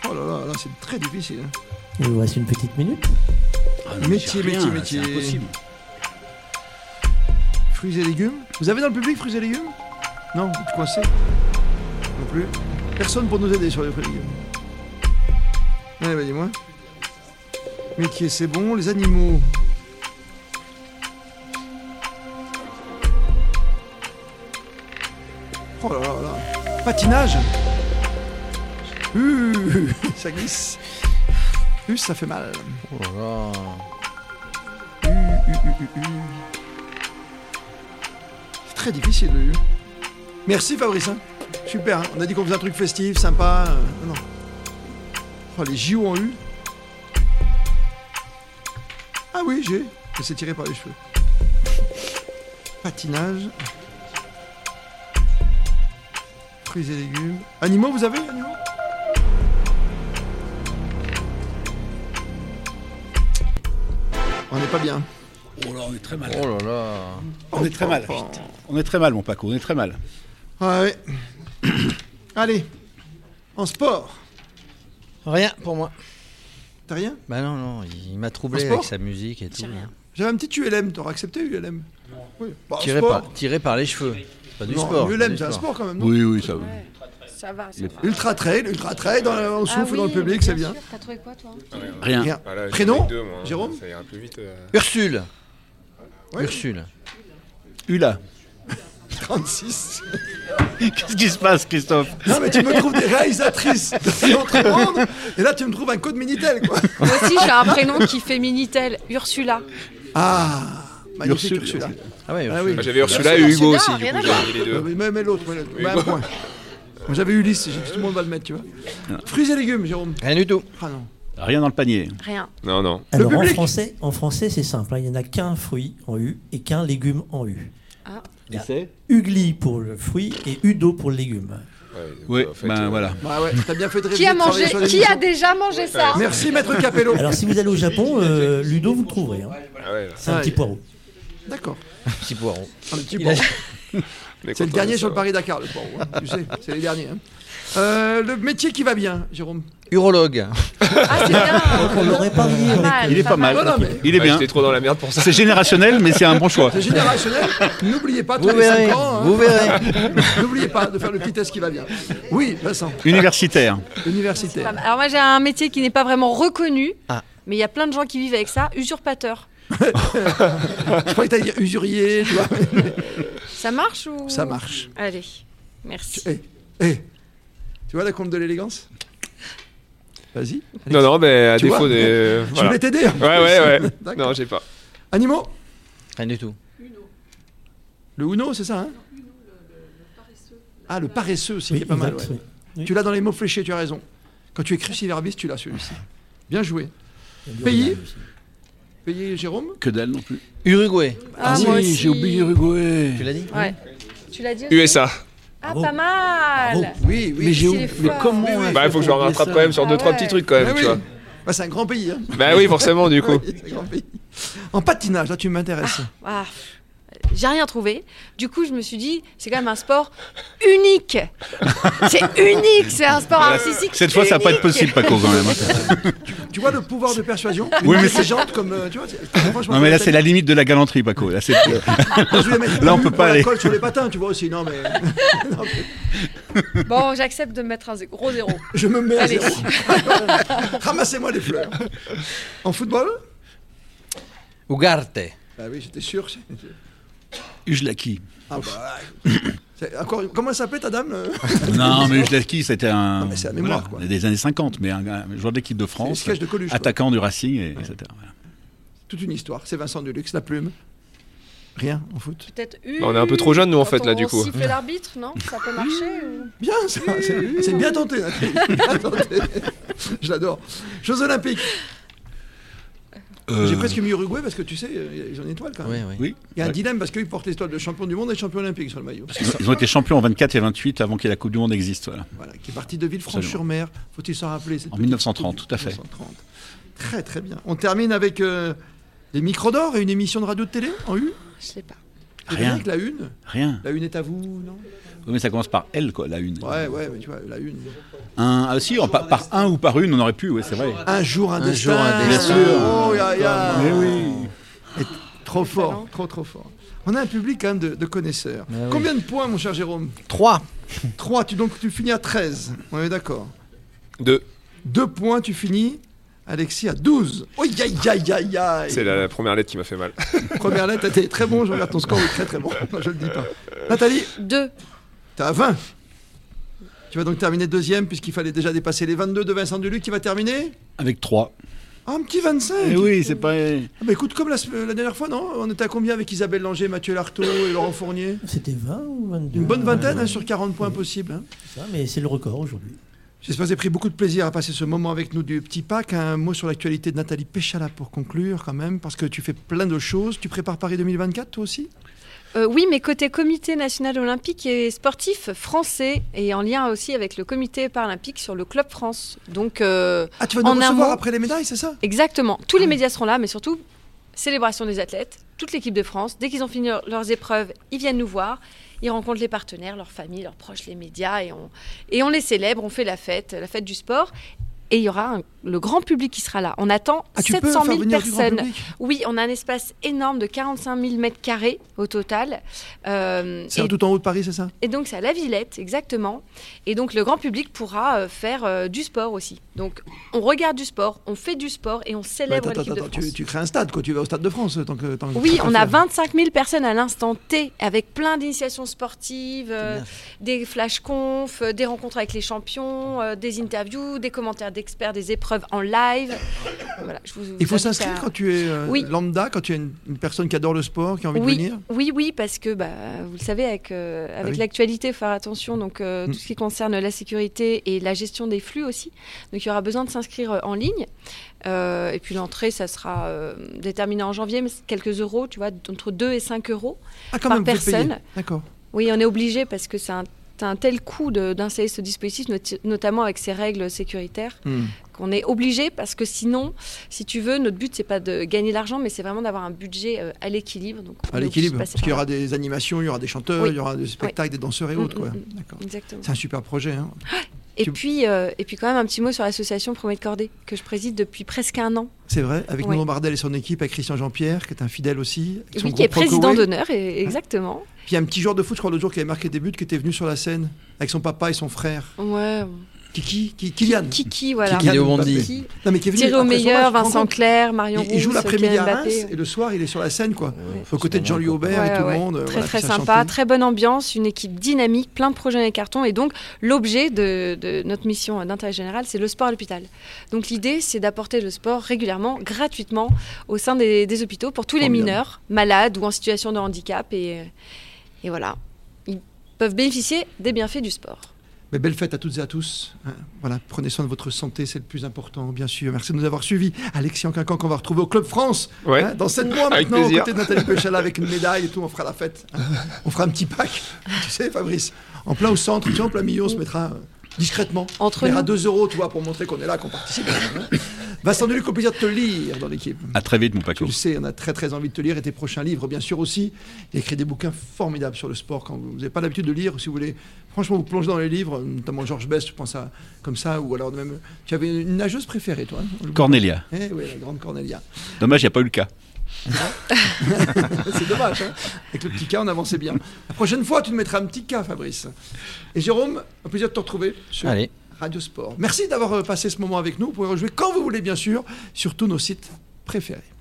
Oh là là, là, c'est très difficile. hein. Il vous reste une petite minute. Ah, non, mais Métier, j'ai rien, métier, c'est métier. impossible. Fruits et légumes. Vous avez dans le public fruits et légumes Non, vous êtes coincé Non plus. Personne pour nous aider sur les fruits et légumes. Allez, vas-y, moi. Métier, c'est bon. Les animaux. Oh là là là. Patinage Uh, [laughs] ça glisse. Uh, ça fait mal. Oh là là. U, U, U, U, U. C'est très difficile le U. Merci Fabrice. hein. Super, hein. on a dit qu'on faisait un truc festif, sympa. euh, non, non. Oh, les JO en U. Ah oui, j'ai. Mais c'est tiré par les cheveux. Patinage. Fruits et légumes. Animaux, vous avez animaux On n'est pas bien. Oh là, on est très mal. Oh là là. On est très mal. On est très mal, mon Paco, on est très mal. Ah ouais. [clears throat] Allez, en sport. Rien pour moi. T'as rien Bah non, non, il il m'a En troublé sport avec sa musique et tout. J'avais un petit ULM, t'aurais accepté ULM Oui. Bah, en Tiré sport. par, tiré par les cheveux. C'est Pas du Non, sport. pas ULM, du c'est un sport quand même, non Oui, oui, ça va. Ça va, ça va. Ultra trail, ultra trail, dans le- on Ah souffle dans le oui, public, mais c'est bien. bien sûr. T'as trouvé quoi, toi Rien. Rien. Voilà, j'en ai Prénom deux, moi, hein. Jérôme Ça ira plus vite. euh. Ursule. Ouais. Ursule. Hula. 36. [laughs] Qu'est-ce qui se passe, Christophe Non mais tu me trouves des réalisatrices de notre monde, et là tu me trouves un code Minitel, quoi. Moi aussi, j'ai [laughs] un prénom qui fait Minitel, Ursula. Ah Magnifique Ursule. Ursula. Ah ouais, Ah Ursule. oui. Moi, J'avais Ursula et Ursula, Hugo aussi, du rien coup, à voir. j'avais mis les Euh, deux. mais Même l'autre, ouais, l'autre. Ouais, un point. Moi, J'avais Ulysse, j'ai dit, tout le monde va le mettre, tu vois. Ah. Fruits et légumes, Jérôme. Rien du tout. Ah non. Rien dans le panier. Rien. Non, non. Alors en public. français, en français c'est simple, hein, il n'y en a qu'un fruit en U et qu'un légume en U. Et c'est Ugly pour le fruit et Udo pour le légume. Oui, en fait, ben euh, voilà. Bah ouais, t'as bien fait de Qui réviser, a de travailler mangé sur les Qui a émissions. déjà mangé ça hein Merci Maître Capello. Alors si vous allez au Japon, euh, l'Udo vous le trouverez. hein. Ah ouais, là, C'est un Ouais. petit poireau. D'accord. Petit poiron. Un petit Il bon. on a- est C'est le content de dernier ça, sur le ouais. Paris-Dakar, le pauvre. hein. Tu sais, c'est les derniers. hein. Euh, le métier qui va bien, Jérôme. Urologue. Ah, c'est [laughs] On bien. l'aurait pas Pas dit. mal, Il est pas mal. mal. Non, non, mais- Il est Bah, bien. J'étais trop dans la merde pour ça. [laughs] C'est générationnel, mais c'est un bon choix. C'est générationnel. N'oubliez pas, tous Vous les verrez. 5 ans, hein. Vous verrez. n'oubliez pas de faire le petit test qui va bien. Oui, Vincent, Universitaire. universitaire. Alors moi j'ai un métier qui n'est pas vraiment reconnu, Ah. mais il y a plein de gens qui vivent avec ça, usurpateur. Je croyais que t'allais dire usurier, tu vois. Ça marche ou Ça marche. Allez, merci. Eh, eh. Tu vois la compte de l'élégance Vas-y. Non, non, mais à [laughs] Tu défaut vois des. Je voilà. voulais t'aider. en Ouais, plus. ouais, ouais. [laughs] D'accord. non, j'ai pas. Animaux Rien du tout. Le Uno, c'est ça hein Ah, le paresseux aussi, qui Oui, est pas mal. exact, ouais. oui. Tu l'as dans les mots fléchés, tu as raison. Quand tu es cruciverbiste, tu l'as celui-ci. Bien joué. Pays Payé Jérôme Que dalle non plus. Uruguay. Ah, moi aussi. Uruguay. Tu l'as dit Ouais. Tu l'as dit aussi USA. Ah Bravo. pas mal Bravo. Oui, oui. Mais j'ai C'est mais fort. comment Oui, oui. elle Bah, il faut que je me trouver rattrape ça quand même sur Ah deux, trois ouais. petits trucs quand Ah même, oui. tu vois. hein, Bah, c'est un grand pays. hein. Bah oui, [laughs] forcément, du coup. Oui, c'est un grand pays. En patinage, là, tu m'intéresses. Ah, J'ai rien trouvé. Du coup, je me suis dit, c'est quand même un sport [laughs] unique. c'est unique, c'est un sport artistique. Cette fois, ça va pas être unique. possible, Paco, quand même. hein. Tu vois le pouvoir de persuasion Oui, Une mais intelligente comme. euh, tu vois, [laughs] c'est- franchement, Non, mais là, c'est la limite de la galanterie, Paco. Là, c'est. Je voulais mettre Là, on peut pour pas la aller. colle sur les patins, tu vois aussi. Non, mais [laughs] Bon, j'accepte de mettre un zé- gros zéro. je me mets à Allez. zéro. [laughs] Ramassez-moi les fleurs. En football Ugarte. Bah oui, j'étais sûr. c'est- [laughs] Ujlaki. Ah bah, c'est encore, comment elle s'appelait ta dame euh Non, mais Ujlaki, c'était un. mais c'est la mémoire, quoi. Des années 50, mais un, un joueur de l'équipe de France. sketch de Coluche, quoi. Attaquant du Racing, et, etc. Voilà. Toute une histoire. C'est Vincent Deluxe, la plume. Rien en foot. Peut-être On est un peu trop jeunes, nous, en Quand fait, là, on du coup. siffle l'arbitre, non Ça peut marcher ou- Bien, ça, [laughs] c'est c'est bien tenté. [laughs] Nathalie. Bien tenté. Je l'adore. Jeux Olympiques. J'ai Euh, presque mis Uruguay parce que tu sais, ils ont une étoile quand Oui, même. oui. Oui. Il y a un dilemme parce qu'ils portent l'étoile de champion du monde et champion olympique sur le maillot. Ils ont- Ils ont été champions en 24 et 28 avant que la Coupe du Monde existe. Voilà. Voilà, qui est parti de Villefranche-sur-Mer. Faut-il s'en rappeler cette En petite 1930, coupe du- tout à fait. 1930. Très très bien. On termine avec euh, les micros d'or et une émission de radio de télé en U. Je sais pas. C'est Rien. bien Avec la une. Rien. La une est à vous, non Oui, mais ça commence par L, quoi, la une. Ouais, ouais, mais tu vois, la une. Un, ah, si, en- par, par un ou par une, on aurait pu, ouais, c'est vrai. Un jour, un, Un destin. jour, un destin. Bien sûr. Oh, ya, ya. Mais Eh oui. Trop fort, trop, trop fort. On a un public quand même de, de connaisseurs. oui. Combien de points, mon cher Jérôme [laughs] 3. 3, tu, donc tu finis à 13. On est d'accord. Deux. 2 points, tu finis, Alexis, à 12. Oh, aïe, aïe, aïe, aïe. C'est la première lettre qui m'a fait mal. [laughs] Première lettre, t'es très bon, je regarde ton score, oui, très très bon. [laughs] Non, je le dis pas. Nathalie, Deux. t'es à 20. Tu vas donc terminer deuxième, puisqu'il fallait déjà dépasser les 22 de Vincent Duluc qui va terminer. Avec trois. Ah, un petit 25. Eh oui, c'est pas. Ah bah écoute, comme la, se- la dernière fois, non On était à combien avec Isabelle Langer, Mathieu Lartaud et Laurent Fournier C'était 20 ou 22 Une bonne vingtaine hein, sur 40 points possibles. hein. Ça, mais c'est le record aujourd'hui. J'espère que vous avez pris beaucoup de plaisir à passer ce moment avec nous du petit pack. Un mot sur l'actualité de Nathalie Péchala pour conclure quand même, parce que tu fais plein de choses. Tu prépares Paris 2024 toi aussi Euh, oui, mais côté comité national olympique et sportif français, et en lien aussi avec le comité paralympique sur le Club France. Donc, euh, Ah, tu vas nous En un recevoir mot. après les médailles, c'est ça exactement, Ah tous les médias seront là, mais surtout, célébration des athlètes, toute l'équipe de France. Dès qu'ils ont fini leur- leurs épreuves, ils viennent nous voir, ils rencontrent les partenaires, leurs familles, leurs proches, les médias, et on, et on les célèbre, on fait la fête, la fête du sport. Et il y aura un- le grand public qui sera là. On attend Ah, tu peux 700 faire 000 venir du grand personnes. public Oui, on a un espace énorme de 45 000 mètres carrés au total. Euh, C'est et, tout en haut de Paris, c'est ça et donc, c'est à la Villette, exactement. Et donc, le grand public pourra euh, faire euh, du sport aussi. Donc, on regarde du sport, on fait du sport et on célèbre Bah, Attends, attends, l'équipe de attends, tu, France. tu crées un stade, quoi. Tu vas au stade de France. euh, Tant que, tant que- Oui, tant que on a faire. 25 000 personnes à l'instant T, avec plein d'initiations sportives, euh, bien. des flash confs, euh, des rencontres avec les champions, euh, des interviews, des commentaires d'experts, des épreuves en live. Voilà, je vous, Il faut invite à- s'inscrire quand tu es euh, Oui. lambda, quand tu es une, une personne qui adore le sport, qui a envie de Oui, venir. oui, oui, parce que bah, vous le savez, avec, euh, avec Ah oui. l'actualité, il faut faire attention. Donc, euh, Mm. tout ce qui concerne la sécurité et la gestion des flux aussi. Donc, il y aura besoin de s'inscrire euh, en ligne. Euh, et puis, l'entrée, ça sera euh, déterminé en janvier, mais c'est quelques euros, tu vois, entre 2 et 5 euros. Ah, quand Par même, vous êtes payé. personne. D'accord. Oui, on est obligé parce que c'est un, c'est un tel coût de- d'installer ce dispositif, not- notamment avec ses règles sécuritaires Hmm. qu'on est obligé parce que sinon, si tu veux, notre but c'est pas de gagner de l'argent, mais c'est vraiment d'avoir un budget euh, à l'équilibre. Donc À on est obligé de l'équilibre. Parce passer par qu'il y là. aura des animations, il y aura des chanteurs, Oui. il y aura des spectacles, des danseurs et Mm, autres, quoi. mm, D'accord. Exactement. C'est un super projet. hein. Et, Tu- puis, euh, et puis quand même un petit mot sur l'association Promet de Cordée, que je préside depuis presque un an, C'est vrai, avec Ouais. Manon Bardel et son équipe, avec Christian Jean-Pierre, qui est un fidèle aussi. avec son oui, qui est groupe Rockaway. président d'honneur, et- exactement. Puis il y a un petit joueur de foot, je crois, l'autre jour, qui avait marqué des buts, qui était venu sur la scène, avec son papa et son frère. Ouais, Kiki, qui, Kylian. Kiki, voilà. Kiki Kylian Bondi. Mbappé. Kiki. Non, mais qui est venu Thierry après son match, Omeyer, tu te rends Vincent compte Claire, Marion Il, il joue Rousse, l'après-midi à Kylian Reims Mbappé. et le soir il est sur la scène quoi. Aux Faut côtés de se Jean-Louis convaincre. Aubert Ouais, et tout ouais. le monde. euh, Très voilà, très puis c'est un sympa, champion. très bonne ambiance, une équipe dynamique, plein de projets dans les cartons. Et donc l'objet de, de notre mission euh, d'intérêt général, c'est le sport à l'hôpital. Donc l'idée, c'est d'apporter le sport régulièrement, gratuitement, au sein des, des hôpitaux pour tous les Formidable. mineurs, malades ou en situation de handicap. Et, euh, et voilà, ils peuvent bénéficier des bienfaits du sport. Mais belle fête à toutes et à tous. hein. Voilà, prenez soin de votre santé, c'est le plus important bien sûr. Merci de nous avoir suivis. Alexis Quincan qu'on va retrouver au Club France Ouais. hein, dans 7 mois Avec maintenant aux plaisir. côtés de Nathalie Péchala avec une médaille et tout, on fera la fête. hein. On fera un petit pack, tu sais Fabrice, en plein au centre, tu vois, en plein milieu, on se mettra euh, discrètement. Entre on verra nous. 2 euros, tu vois, pour montrer qu'on est là, qu'on participe. hein. Vincent Deluc, au plaisir de te lire dans l'équipe. À très vite, mon Paco. Tu le sais, on a très très envie de te lire et tes prochains livres, bien sûr aussi. Il a écrit des bouquins formidables sur le sport quand vous n'avez pas l'habitude de lire, si vous voulez. Franchement, vous plongez dans les livres, notamment Georges Best, je pense à comme ça, ou alors même. Tu avais une nageuse préférée, toi hein Cornelia. Eh oui, la grande Cornelia. [laughs] Dommage, il n'y a pas eu le cas. C'est dommage, hein Avec le petit cas, on avançait bien. La prochaine fois, tu nous mettras un petit cas, Fabrice. Et Jérôme, un plaisir de te retrouver sur Allez. Radio Sport. Merci d'avoir euh, passé ce moment avec nous. Vous pouvez rejouer quand vous voulez, bien sûr, sur tous nos sites préférés.